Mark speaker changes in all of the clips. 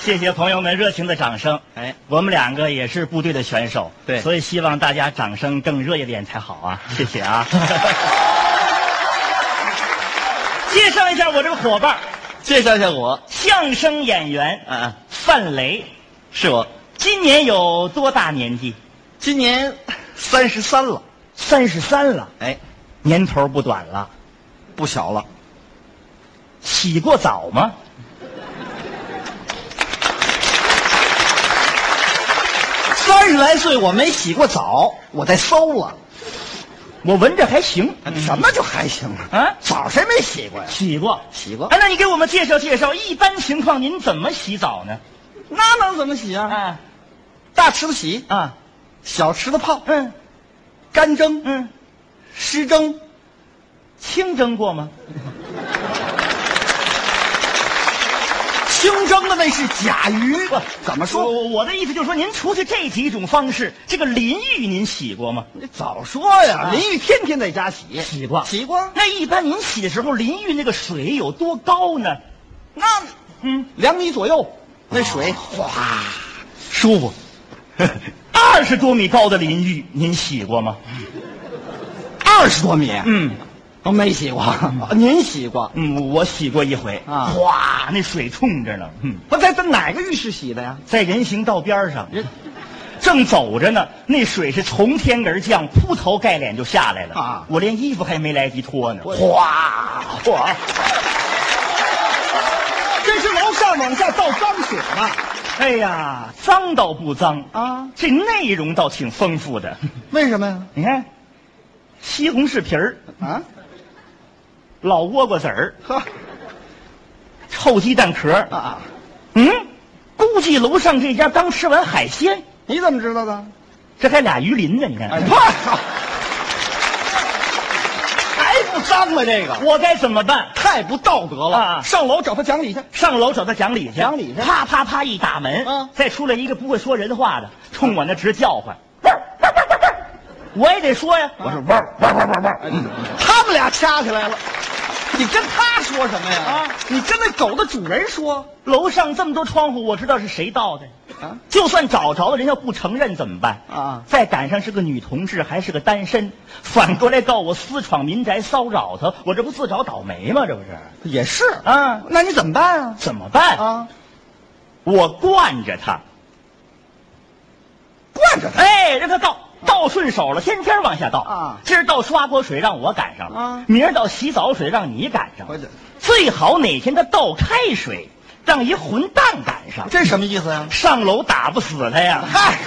Speaker 1: 谢谢朋友们热情的掌声。
Speaker 2: 哎，
Speaker 1: 我们两个也是部队的选手，
Speaker 2: 对
Speaker 1: 所以希望大家掌声更热烈点才好啊！谢谢啊。介绍一下我这个伙伴儿，
Speaker 2: 介绍一下我，
Speaker 1: 相声演员
Speaker 2: 啊啊，
Speaker 1: 范雷，
Speaker 2: 是我，
Speaker 1: 今年有多大年纪？
Speaker 2: 今年三十三了，
Speaker 1: 三十三了，
Speaker 2: 哎，
Speaker 1: 年头不短了。
Speaker 2: 不小了，
Speaker 1: 洗过澡吗？
Speaker 2: 三十来岁我没洗过澡，我再搜了，
Speaker 1: 我闻着还行
Speaker 2: 什么就还行了
Speaker 1: 嗯啊
Speaker 2: 澡谁没洗过呀？
Speaker 1: 洗过。
Speaker 2: 洗过
Speaker 1: 哎，那你给我们介绍介绍，一般情况您怎么洗澡呢？
Speaker 2: 那能怎么洗啊？
Speaker 1: 啊
Speaker 2: 大池子洗，
Speaker 1: 啊，
Speaker 2: 小池子泡，
Speaker 1: 嗯
Speaker 2: 干蒸、
Speaker 1: 嗯，
Speaker 2: 湿蒸，
Speaker 1: 清蒸过吗？
Speaker 2: 清蒸的那是甲鱼，怎么
Speaker 1: 我
Speaker 2: 说？
Speaker 1: 我我的意思就是说，您除去这几种方式，这个淋浴您洗过吗？
Speaker 2: 你早说呀！
Speaker 1: 啊
Speaker 2: 淋浴天天在家洗，
Speaker 1: 洗过
Speaker 2: 洗过。
Speaker 1: 那一般您洗的时候，淋浴那个水有多高呢？
Speaker 2: 那
Speaker 1: 嗯，
Speaker 2: 两米左右，那水哗，舒服。
Speaker 1: 二十多米高的淋浴您洗过吗？
Speaker 2: 二十多米，啊
Speaker 1: 嗯
Speaker 2: 我没洗 过，啊您洗过？
Speaker 1: 嗯，我洗过一回
Speaker 2: 啊
Speaker 1: 哗，那水冲着呢。嗯，
Speaker 2: 我在在哪个浴室洗的呀？
Speaker 1: 在人行道边上
Speaker 2: 人，
Speaker 1: 正走着呢，那水是从天而降，铺头盖脸就下来了
Speaker 2: 啊
Speaker 1: 我连衣服还没来及脱呢，
Speaker 2: 我
Speaker 1: 哗哗，
Speaker 2: 这是楼上往下倒脏水呢。
Speaker 1: 哎呀，脏倒不脏
Speaker 2: 啊
Speaker 1: 这内容倒挺丰富的。
Speaker 2: 为什么呀？
Speaker 1: 你看，西红柿皮儿、
Speaker 2: 啊，
Speaker 1: 老倭瓜子儿、
Speaker 2: 呵，
Speaker 1: 臭鸡蛋壳儿，
Speaker 2: 啊，
Speaker 1: 嗯，估计楼上这家刚吃完海鲜，
Speaker 2: 你怎么知道的？
Speaker 1: 这还俩鱼鳞呢，你看。
Speaker 2: 哎，靠，还不脏吗？这个
Speaker 1: 我该怎么办？
Speaker 2: 太不道德
Speaker 1: 啊
Speaker 2: 了。上楼找他讲理去。
Speaker 1: 上楼找他讲理去，
Speaker 2: 讲理去
Speaker 1: 啪啪啪一打门，
Speaker 2: 嗯
Speaker 1: 再出来一个不会说人话的，冲我那直叫唤，汪汪汪汪汪我也得说呀，我说汪汪汪汪汪，
Speaker 2: 他们俩掐起来了，你跟他说什么呀？
Speaker 1: 啊
Speaker 2: 你跟那狗的主人说
Speaker 1: 楼上这么多窗户，我知道是谁盗的。
Speaker 2: 啊？
Speaker 1: 就算找着了，人要不承认怎么办
Speaker 2: 啊
Speaker 1: 再赶上是个女同志，还是个单身，反过来告我私闯民宅骚扰她，我这不自找倒霉吗？这不是
Speaker 2: 也是啊，
Speaker 1: 啊？
Speaker 2: 那你怎么办啊？
Speaker 1: 怎么办？
Speaker 2: 啊，
Speaker 1: 我惯着她，
Speaker 2: 惯着他。
Speaker 1: 哎，让她倒倒顺手了，天天往下倒
Speaker 2: 啊
Speaker 1: 今儿倒刷锅水让我赶上了，
Speaker 2: 啊
Speaker 1: 明儿倒洗澡水让你赶上
Speaker 2: 我
Speaker 1: 了
Speaker 2: 这，
Speaker 1: 最好哪天她倒开水，让一混蛋赶上，
Speaker 2: 这什么意思呀、
Speaker 1: 上楼打不死他呀。
Speaker 2: 嗨、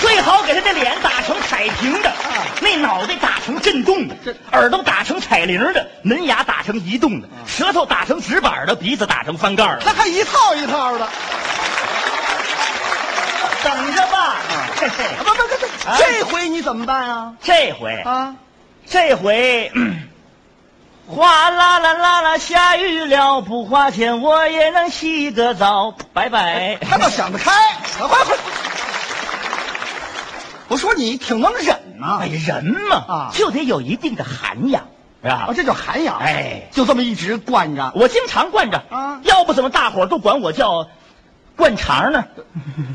Speaker 1: 最好给他的脸打成彩屏的，
Speaker 2: 啊
Speaker 1: 那脑袋打成震动的
Speaker 2: 这，
Speaker 1: 耳朵打成彩铃的，门牙打成移动的，舌头打成纸板的，鼻子打成翻盖儿
Speaker 2: 他
Speaker 1: 的。
Speaker 2: 还一套一套的，
Speaker 1: 等着吧，嘿嘿
Speaker 2: 不不不不，
Speaker 1: 啊
Speaker 2: 这回你怎么办啊？
Speaker 1: 这回
Speaker 2: 啊，
Speaker 1: 这回，嗯哗啦啦啦啦，下雨了，不花钱我也能洗个澡，拜拜。
Speaker 2: 他倒想得开，快快！我说你挺能忍呐、
Speaker 1: 哎，人嘛，
Speaker 2: 啊
Speaker 1: 就得有一定的涵养，是吧
Speaker 2: 啊，？这叫涵养。
Speaker 1: 哎
Speaker 2: 就这么一直惯着，
Speaker 1: 我经常惯着
Speaker 2: 啊
Speaker 1: 要不怎么大伙儿都管我叫灌肠呢？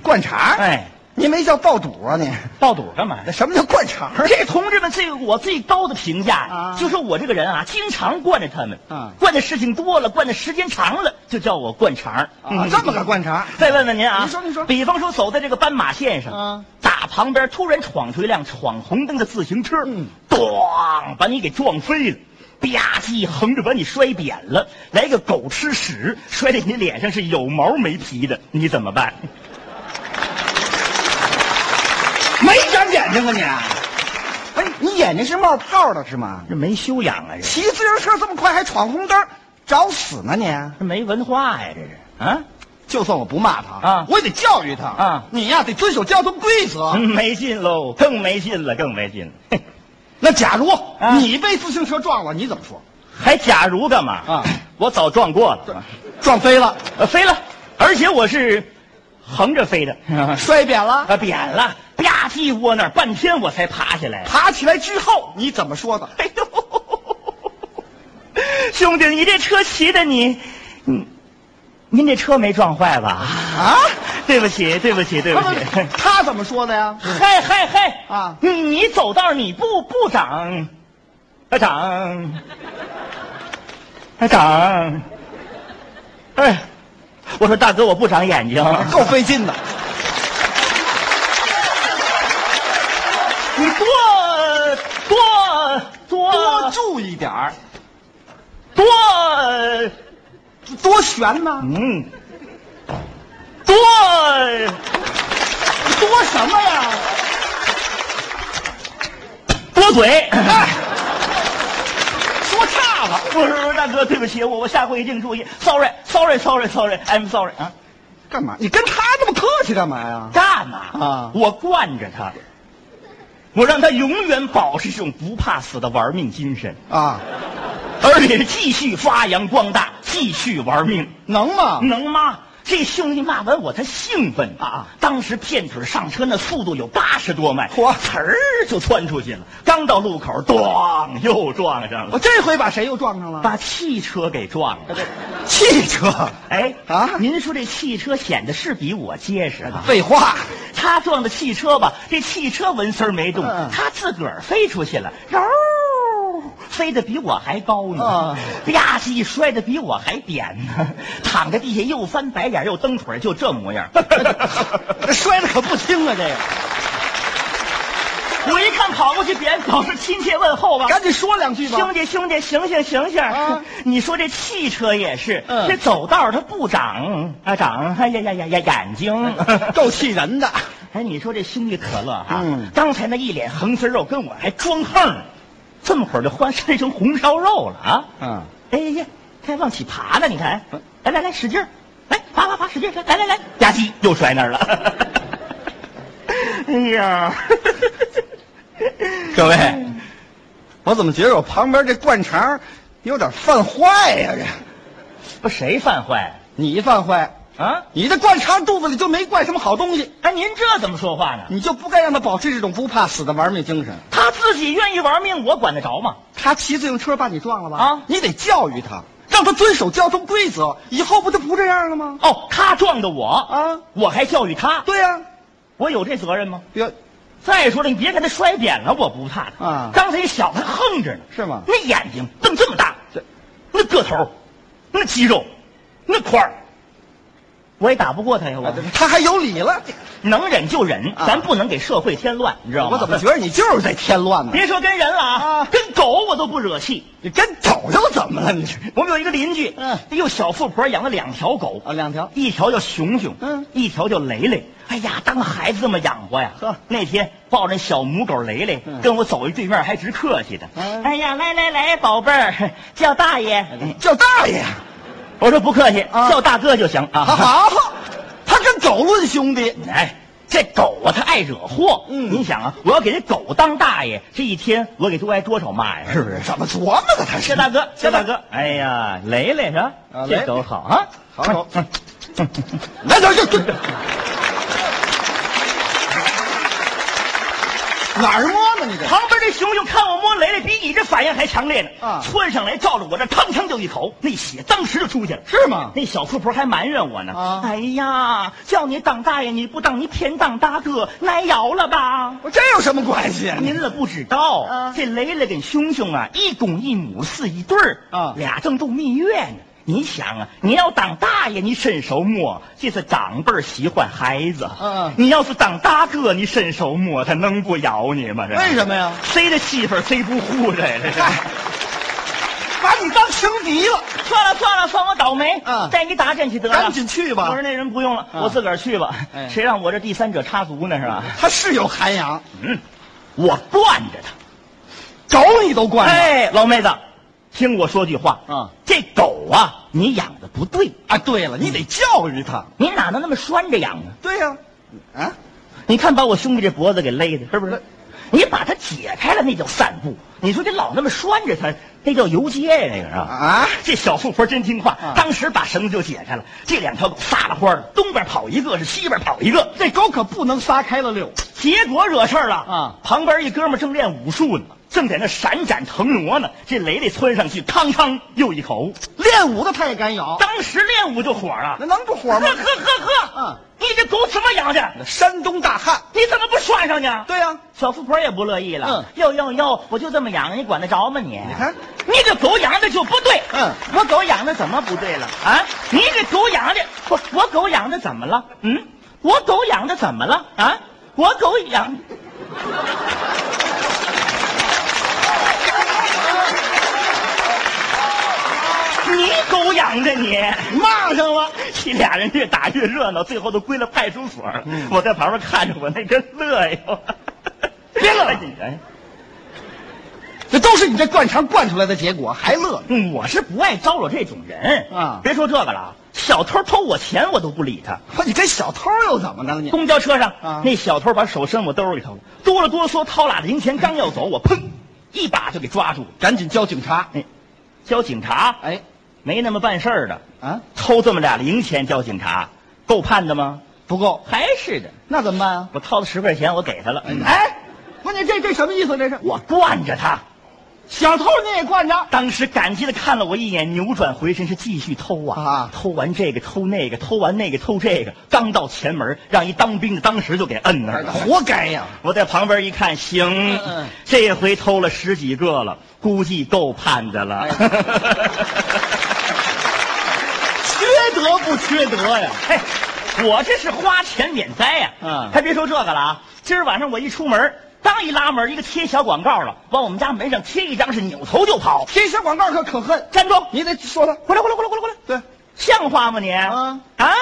Speaker 2: 灌肠。，
Speaker 1: 哎，
Speaker 2: 你没叫爆肚啊你？
Speaker 1: 爆肚干嘛
Speaker 2: 那什么叫灌肠？
Speaker 1: 这同志们对我最高的评价
Speaker 2: 啊
Speaker 1: 就说我这个人啊，经常惯着他们，
Speaker 2: 嗯
Speaker 1: 惯的事情多了，惯的时间长了，就叫我惯肠。
Speaker 2: 啊，这么个。灌肠。
Speaker 1: 再问问您啊，
Speaker 2: 你说你说
Speaker 1: 比方说走在这个斑马线上，
Speaker 2: 啊
Speaker 1: 打旁边突然闯出一辆闯红灯的自行车，
Speaker 2: 嗯
Speaker 1: 咣，把你给撞飞了。吧唧，横着把你摔扁了，来个狗吃屎，摔在你脸上是有毛没皮的，你怎么办？
Speaker 2: 没长眼睛啊你？哎，你眼睛是冒泡的是吗？
Speaker 1: 这没修养啊，这
Speaker 2: 骑自行车这么快还闯红灯，找死呢你！啊
Speaker 1: 这没文化呀，这是啊。
Speaker 2: 就算我不骂他
Speaker 1: 啊
Speaker 2: 我也得教育他
Speaker 1: 啊
Speaker 2: 你呀得遵守交通规则。
Speaker 1: 嗯没劲喽，更没劲了，更没劲了。嘿
Speaker 2: 那假如
Speaker 1: 啊
Speaker 2: 你被自行车撞了，你怎么说？
Speaker 1: 还假如干嘛
Speaker 2: 啊？
Speaker 1: 我早撞过了，
Speaker 2: 撞飞了，
Speaker 1: 呃飞了，而且我是横着 飞的，
Speaker 2: 摔扁了，
Speaker 1: 啊，扁了，吧唧窝那儿半天我才爬起来。
Speaker 2: 爬起来之后你怎么说的？
Speaker 1: 哎 呦，兄弟，你这车骑的你，你嗯您这车没撞坏吧？
Speaker 2: 啊？
Speaker 1: 对不起，对不起，对不起。
Speaker 2: 他怎么说的呀？
Speaker 1: 嗨嗨嗨！
Speaker 2: 啊
Speaker 1: 你你走道你不不长，啊长，啊长，哎，我说大哥我不长眼睛，
Speaker 2: 够费劲的。
Speaker 1: 你 多多
Speaker 2: 多
Speaker 1: 多
Speaker 2: 注意点儿，
Speaker 1: 多，
Speaker 2: 多悬呐，
Speaker 1: 嗯，多
Speaker 2: 多什么呀？
Speaker 1: 多嘴。
Speaker 2: 哎，说差 了。
Speaker 1: 不是不是，大哥，对不起，我我下回一定注意。Sorry，Sorry，Sorry，Sorry，I'm sorry 啊。
Speaker 2: 干嘛？你跟他这么客气干嘛呀？
Speaker 1: 干嘛
Speaker 2: 啊
Speaker 1: 我惯着他，我让他永远保持这种不怕死的玩命精神，
Speaker 2: 啊，
Speaker 1: 而且继续发扬光大，继续玩命，
Speaker 2: 能吗？
Speaker 1: 能吗？这兄弟骂完我，他兴奋
Speaker 2: 啊！
Speaker 1: 当时片腿上车那速度有八十多迈，
Speaker 2: 嚯
Speaker 1: 呲儿就窜出去了。刚到路口，咣，又撞上
Speaker 2: 我
Speaker 1: 了，
Speaker 2: 这回把谁又撞上了？
Speaker 1: 把汽车给撞了。
Speaker 2: 汽车。
Speaker 1: 哎
Speaker 2: 啊
Speaker 1: 您说这汽车显得是比我结实啊？
Speaker 2: 废话，
Speaker 1: 他撞的汽车吧，这汽车纹丝儿没动，
Speaker 2: 嗯
Speaker 1: 他自个儿飞出去了，嗖，飞得比我还高呢
Speaker 2: 啊，
Speaker 1: 吧唧摔得比我还扁呢， 躺在地下又翻白眼又蹬腿，就这模样。
Speaker 2: 这摔的可不轻啊！这个，
Speaker 1: 我一看跑过去，扁老是亲切问候吧。啊
Speaker 2: 赶紧说两句吧。
Speaker 1: 兄弟，兄弟，醒醒，醒醒！
Speaker 2: 啊
Speaker 1: 你说这汽车也是，
Speaker 2: 嗯
Speaker 1: 这走道它不长啊，长哎呀呀呀呀眼睛，
Speaker 2: 够气人的。
Speaker 1: 哎，你说这兄弟可乐哈、
Speaker 2: 嗯
Speaker 1: 刚才那一脸横丝肉跟我还装横，这么会儿就换晒成红烧肉了啊！
Speaker 2: 嗯，
Speaker 1: 哎呀，还往起爬呢，你看，来来来，使劲儿，来爬爬爬，使劲儿，来来来，吧唧又摔那儿 了。哎 呀，
Speaker 2: 各位，我怎么觉得我旁边这灌肠有点犯坏呀、这
Speaker 1: 不谁犯坏
Speaker 2: 你犯坏，
Speaker 1: 啊？
Speaker 2: 你这灌肠肚子里就没灌什么好东西，
Speaker 1: 哎，您这怎么说话呢？
Speaker 2: 你就不该让他保持这种不怕死的玩命精神。
Speaker 1: 他自己愿意玩命，我管得着吗？
Speaker 2: 他骑自行车把你撞了吧？
Speaker 1: 啊
Speaker 2: 你得教育他，让他遵守交通规则，以后不就不这样了吗？
Speaker 1: 哦，他撞的我
Speaker 2: 啊
Speaker 1: 我还教育他，
Speaker 2: 对呀、
Speaker 1: 我有这责任吗？
Speaker 2: 别
Speaker 1: 再说了，你别看他摔扁了，我不怕他。
Speaker 2: 啊
Speaker 1: 刚才一小子还横着呢，
Speaker 2: 是吗
Speaker 1: 那眼睛瞪这么大，
Speaker 2: 这
Speaker 1: 那个头，那肌肉，那块儿，我也打不过他呀！我、
Speaker 2: 哎他还有理了，
Speaker 1: 能忍就忍，
Speaker 2: 啊
Speaker 1: 咱不能给社会添乱，你知道吗？
Speaker 2: 我怎么觉得你就是在添乱呢？
Speaker 1: 别说跟人了啊，
Speaker 2: 啊
Speaker 1: 跟狗我都不惹气。
Speaker 2: 你跟狗又怎么 了？你这
Speaker 1: 我们有一个邻居，
Speaker 2: 嗯
Speaker 1: 一个小富婆养了两条狗，
Speaker 2: 啊，两条
Speaker 1: 一条叫熊熊，
Speaker 2: 嗯
Speaker 1: 一条叫蕾蕾。哎呀，当孩子这么养活呀！
Speaker 2: 呵
Speaker 1: 那天抱着小母狗蕾蕾，
Speaker 2: 嗯
Speaker 1: 跟我走一对面，还直客气的。
Speaker 2: 嗯
Speaker 1: 哎呀，来来来，宝贝儿，叫大爷。
Speaker 2: 哎叫大爷，
Speaker 1: 啊我说不客气，
Speaker 2: 啊
Speaker 1: 叫大哥就行啊。
Speaker 2: 好好，他跟狗论兄弟，
Speaker 1: 哎，这狗啊，它爱惹祸。
Speaker 2: 嗯
Speaker 1: 你想啊，我要给这狗当大爷，这一天我给他挨多少骂呀？
Speaker 2: 是不是？怎么琢磨的？他
Speaker 1: 谢
Speaker 2: 是
Speaker 1: 大哥，谢大
Speaker 2: 哥，
Speaker 1: 哥。哎呀，蕾蕾是吧
Speaker 2: 啊？蕾
Speaker 1: 这
Speaker 2: 蕾
Speaker 1: 狗好啊，
Speaker 2: 好狗
Speaker 1: 嗯。嗯嗯嗯
Speaker 2: 来来来，滚！哪儿摸呢？你这
Speaker 1: 旁边这熊熊看我摸雷雷，比你这反应还强烈呢。
Speaker 2: 啊
Speaker 1: 窜上来照着我这，嘡嘡就一口，那血当时就出去了。
Speaker 2: 是吗
Speaker 1: 那小富婆还埋怨我呢。
Speaker 2: 啊
Speaker 1: 哎呀，叫你当大爷你不当，你偏当大哥，挨摇了吧？
Speaker 2: 我这有什么关系啊？
Speaker 1: 您了不知道，
Speaker 2: 啊
Speaker 1: 这雷雷跟熊熊啊，一公一母是一对儿
Speaker 2: 啊
Speaker 1: 俩正度蜜月呢。你想啊，你要当大爷，你伸手摸，这是长辈儿喜欢孩子。
Speaker 2: 嗯
Speaker 1: 你要是当大哥，你伸手摸，他能不咬你吗？这
Speaker 2: 为什么呀？
Speaker 1: 谁的媳妇儿谁不护着呀？这是。
Speaker 2: 嗨，哎把你当情敌了，
Speaker 1: 算了算了，算我倒霉。
Speaker 2: 嗯
Speaker 1: 带你打针去得了。
Speaker 2: 赶紧去吧
Speaker 1: 我说那人不用了，
Speaker 2: 嗯
Speaker 1: 我自个儿去吧。
Speaker 2: 哎
Speaker 1: 谁让我这第三者插足呢？是吧？
Speaker 2: 他是有涵养，
Speaker 1: 嗯，我惯着他。
Speaker 2: 狗你都惯了
Speaker 1: 哎，老妹子，听我说句话。
Speaker 2: 嗯
Speaker 1: 这狗啊，你养的不对，
Speaker 2: 啊！对了，你得教育他。
Speaker 1: 你哪能那么拴着养呢？
Speaker 2: 对呀，啊，
Speaker 1: 你看把我兄弟这脖子给勒的，是不是？你把它解开了，那叫散步。你说这老那么拴着它，那叫游街呀，那个是吧？
Speaker 2: 啊
Speaker 1: 这小富婆真听话
Speaker 2: 啊，
Speaker 1: 当时把绳子就解开了。这两条狗撒了欢儿了，东边跑一个，是西边跑一个。
Speaker 2: 这狗可不能撒开了溜。
Speaker 1: 结果惹事儿了
Speaker 2: 啊
Speaker 1: 旁边一哥们儿正练武术呢，正在那闪展腾挪呢，这雷雷窜上去，康康又一口，
Speaker 2: 练武的他也敢咬，
Speaker 1: 当时练武就火了
Speaker 2: 那。能不火
Speaker 1: 呵
Speaker 2: 吗
Speaker 1: 呵？呵呵，
Speaker 2: 嗯
Speaker 1: 你这狗怎么养的？
Speaker 2: 山东大汉。
Speaker 1: 啊你怎么不拴上呢？
Speaker 2: 对呀、
Speaker 1: 小富婆也不乐意了
Speaker 2: 嗯，
Speaker 1: 要要要，我就这么养，你管得着吗你？
Speaker 2: 你看，
Speaker 1: 你这狗养的就不对。
Speaker 2: 嗯，
Speaker 1: 我狗养的怎么不对了啊？你这狗养的，不，我狗养的怎么了？嗯，我狗养的怎么了啊？我狗养， 你狗养的你骂上了，这俩人越打越热闹，最后都归了派出所。
Speaker 2: 嗯
Speaker 1: 我在旁边看着，我那个乐哟。
Speaker 2: 别乐了
Speaker 1: 哎
Speaker 2: 这都是你这灌肠灌出来的结果，还乐呢？
Speaker 1: 嗯，我是不爱招惹这种人
Speaker 2: 啊
Speaker 1: 别说这个了，小偷偷我钱我都不理他。
Speaker 2: 你跟小偷又怎么的了你？
Speaker 1: 公交车上，
Speaker 2: 啊
Speaker 1: 那小偷把手伸我兜里头了，哆了哆嗦掏俩零钱，刚要走，我砰，一把就给抓住了。
Speaker 2: 赶紧交警察！
Speaker 1: 哎，交警察
Speaker 2: 哎，
Speaker 1: 没那么办事儿的，
Speaker 2: 啊，
Speaker 1: 偷这么俩零钱交警察，够判的吗？
Speaker 2: 不够，
Speaker 1: 还是的，
Speaker 2: 那怎么办啊？
Speaker 1: 我掏了十块钱，我给他了。
Speaker 2: 嗯
Speaker 1: 哎，
Speaker 2: 不是，你这这什么意思？这是
Speaker 1: 我惯着他，
Speaker 2: 小偷你也惯着？
Speaker 1: 当时感激的看了我一眼，扭转回身是继续偷啊，
Speaker 2: 啊
Speaker 1: 偷完这个偷那个，偷完那个偷这个，刚到前门，让一当兵的当时就给摁那儿了。
Speaker 2: 活该呀、
Speaker 1: 我在旁边一看，行
Speaker 2: 嗯嗯，
Speaker 1: 这回偷了十几个了，估计够判的了。
Speaker 2: 哎缺德不缺德呀？
Speaker 1: 嘿，我这是花钱免灾呀、
Speaker 2: 嗯
Speaker 1: 还别说这个了啊，今儿晚上我一出门，刚一拉门，一个贴小广告了，往我们家门上贴一张，是扭头就跑。
Speaker 2: 贴小广告可可恨，
Speaker 1: 站住！
Speaker 2: 你得说他。
Speaker 1: 过来，过来，过来，过来，过来！
Speaker 2: 对，
Speaker 1: 像话吗你？
Speaker 2: 啊
Speaker 1: 啊！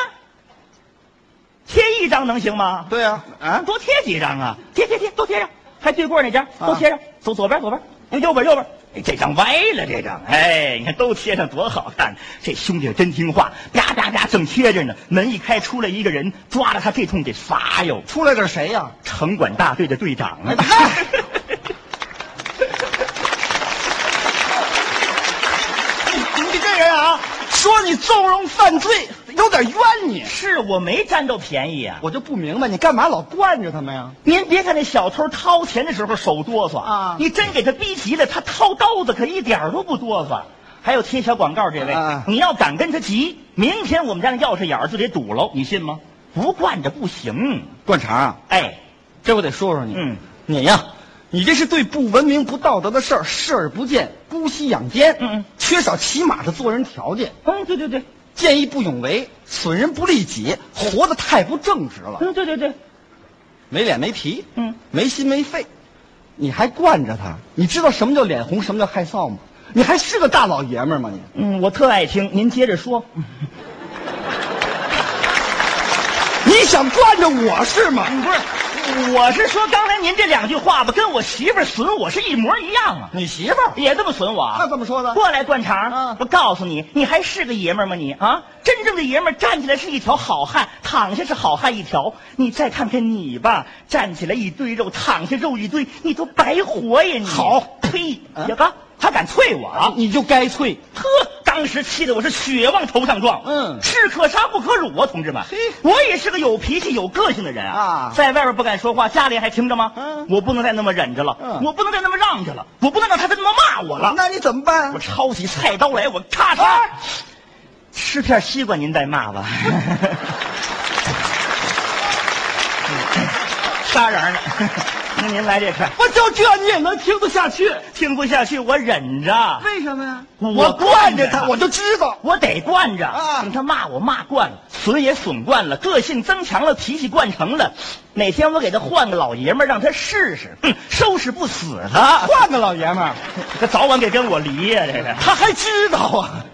Speaker 1: 贴一张能行吗？
Speaker 2: 对呀、啊，
Speaker 1: 多贴几张啊！贴贴贴，都贴上。还对过那家，
Speaker 2: 啊
Speaker 1: 都贴上。走左边，左边，右边，右边。哎，这张歪了，这张。哎，你看都贴上多好看！这兄弟真听话，啪啪啪，正贴着呢。门一开，出来一个人，抓着他这通得罚哟。
Speaker 2: 出来点谁呀、
Speaker 1: 城管大队的队长啊！
Speaker 2: 哎嗨哎你你这人啊，说你纵容犯罪，有点冤 你。
Speaker 1: 是我没占到便宜啊！
Speaker 2: 我就不明白，你干嘛老惯着他们呀？
Speaker 1: 您别看那小偷掏钱的时候手哆嗦
Speaker 2: 啊
Speaker 1: 你真给他逼急了，他掏刀子可一点儿都不哆嗦。还有贴小广告这位，
Speaker 2: 啊
Speaker 1: 你要敢跟他急，明天我们家那钥匙眼儿就得堵喽，你信吗？不惯着不行。
Speaker 2: 灌肠啊，
Speaker 1: 哎，
Speaker 2: 这我得说说你。
Speaker 1: 嗯，
Speaker 2: 你呀、你这是对不文明、不道德的事儿视而不见，姑息养奸，
Speaker 1: 嗯嗯
Speaker 2: 缺少起码的做人条件，
Speaker 1: 嗯，对对对，
Speaker 2: 见义不勇为，损人不利己，活得太不正直了，
Speaker 1: 嗯，对对对，
Speaker 2: 没脸没皮，
Speaker 1: 嗯，
Speaker 2: 没心没肺，你还惯着他，你知道什么叫脸红，什么叫害臊吗？你还是个大老爷们儿吗你？
Speaker 1: 嗯，我特爱听，您接着说。
Speaker 2: 嗯你想惯着我是吗？
Speaker 1: 不是，我是说刚才您这两句话吧，跟我媳妇儿损我是一模一样啊。
Speaker 2: 你媳妇儿
Speaker 1: 也这么损我啊？
Speaker 2: 那怎么说的
Speaker 1: 过来，灌肠。
Speaker 2: 嗯
Speaker 1: 我告诉你，你还是个爷们儿吗你？啊，真正的爷们儿站起来是一条好汉，躺下是好汉一条。你再看看你吧，站起来一堆肉，躺下肉一堆，你都白活呀你！
Speaker 2: 好
Speaker 1: 呸！
Speaker 2: 嗯
Speaker 1: 呀吧，还敢啐我啊？
Speaker 2: 你就该啐。
Speaker 1: 呵，当时气得我是血往头上撞。
Speaker 2: 嗯
Speaker 1: 士可杀不可辱啊，同志们。
Speaker 2: 嘿
Speaker 1: 我也是个有脾气、有个性的人
Speaker 2: 啊
Speaker 1: 在外边不敢说话，家里还听着吗？
Speaker 2: 嗯
Speaker 1: 我不能再那么忍着了，
Speaker 2: 嗯
Speaker 1: 我不能再那么让着了，我不能让他再那么骂我了。
Speaker 2: 那你怎么办
Speaker 1: 我
Speaker 2: 啊？
Speaker 1: 抄起菜刀来，我咔嚓、
Speaker 2: 啊
Speaker 1: 吃片西瓜，您再骂吧。 杀瓤呢？那您来这片，
Speaker 2: 我就这你也能听得下去？
Speaker 1: 听不下去，我忍着，
Speaker 2: 为什么呀？
Speaker 1: 我
Speaker 2: 我
Speaker 1: 惯
Speaker 2: 惯
Speaker 1: 着
Speaker 2: 着
Speaker 1: 他
Speaker 2: 他，我就知道。
Speaker 1: 我得惯着。
Speaker 2: 啊
Speaker 1: 等他骂我骂惯了，损也损惯了，个性增强了，脾气惯成了。哪天我给他换个老爷们儿，让他试试，哼收拾不死他，
Speaker 2: 换个老爷们儿，
Speaker 1: 他早晚得跟我离呀、这个。
Speaker 2: 他还知道啊。